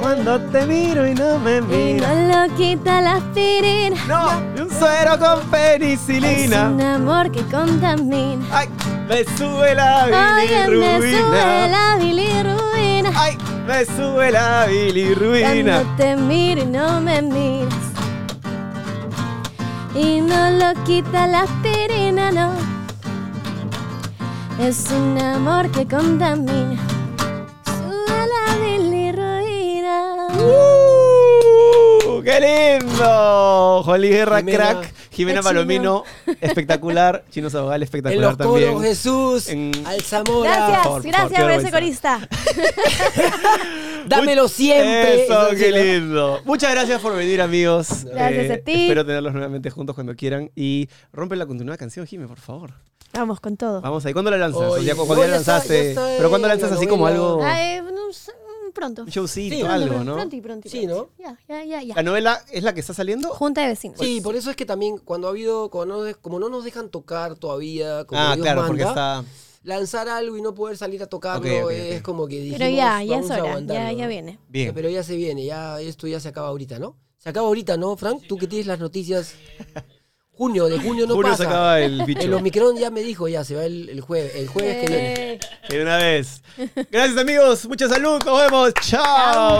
Cuando te miro y no me Y miras. no lo quita la aspirina. No, y un suero con Es un penicilina. amor que contamina. Ay, me sube la Oye, me sube bilirrubina. la bilirrubina. Ay, me sube la bilirrubina. Cuando te miro y no me miras. Y no lo quita la aspirina, no. Es un amor que contamina. Sube la bilirruina. ¡Uh! ¡Qué lindo! Juan Luis Guerra, Jimena. crack. Jimena Qué chino. Palomino, espectacular. Chino Sabogal, [laughs] En espectacular los también. coros, Jesús, En- al Zamora. Por Gracias, favor, por favor, gracias qué por, ese vergüenza. corista. Dámelo siempre. Eso, Eso qué sí, ¿no? lindo. Muchas gracias por venir, amigos. Eh, Gracias a ti. Espero tenerlos nuevamente juntos cuando quieran. Y rompe la continua canción, Jimé, por favor. Vamos con todo. Vamos ahí. ¿Cuándo la lanzas? Oye, O sea, ¿Cuándo la ya está, ya lanzaste? está, Pero ¿cuándo eh, lanzas la así como novela. algo? Ay, no sé, pronto. Un showcito, Sí, algo, ¿no? Pronto y pronto. y Sí, pronto. ¿no? Ya, ya, ya, ya. ¿La novela es la que está saliendo? Junta de vecinos. Sí, por eso es que también cuando ha habido, cuando no de- como no nos dejan tocar todavía, como Ah, Dios claro, manda, porque está. lanzar algo y no poder salir a tocarlo Ok, ok, ok. es como que dijimos, Pero ya, ya es vamos a hora. Ya, aguantarlo, ya ¿no? viene. Bien. Pero ya se viene, ya esto ya se acaba ahorita, ¿no? Se acaba ahorita, ¿no, Frank? Tú que tienes las noticias. Junio, de junio no Julio pasa. se acaba el [laughs] El bicho. Omicron ya me dijo, ya se va el, el jueves, el jueves Eh, que viene. De una vez. Gracias, amigos. Mucha salud. Nos vemos. Chao.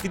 Si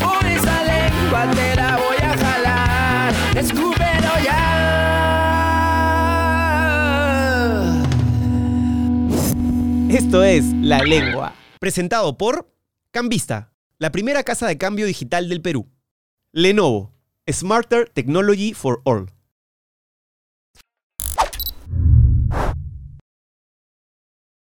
Por esa lengua te la voy a jalar. Escúpelo ya. Esto es La Lengua. Presentado por Cambista, la primera casa de cambio digital del Perú. Lenovo, Smarter Technology for All.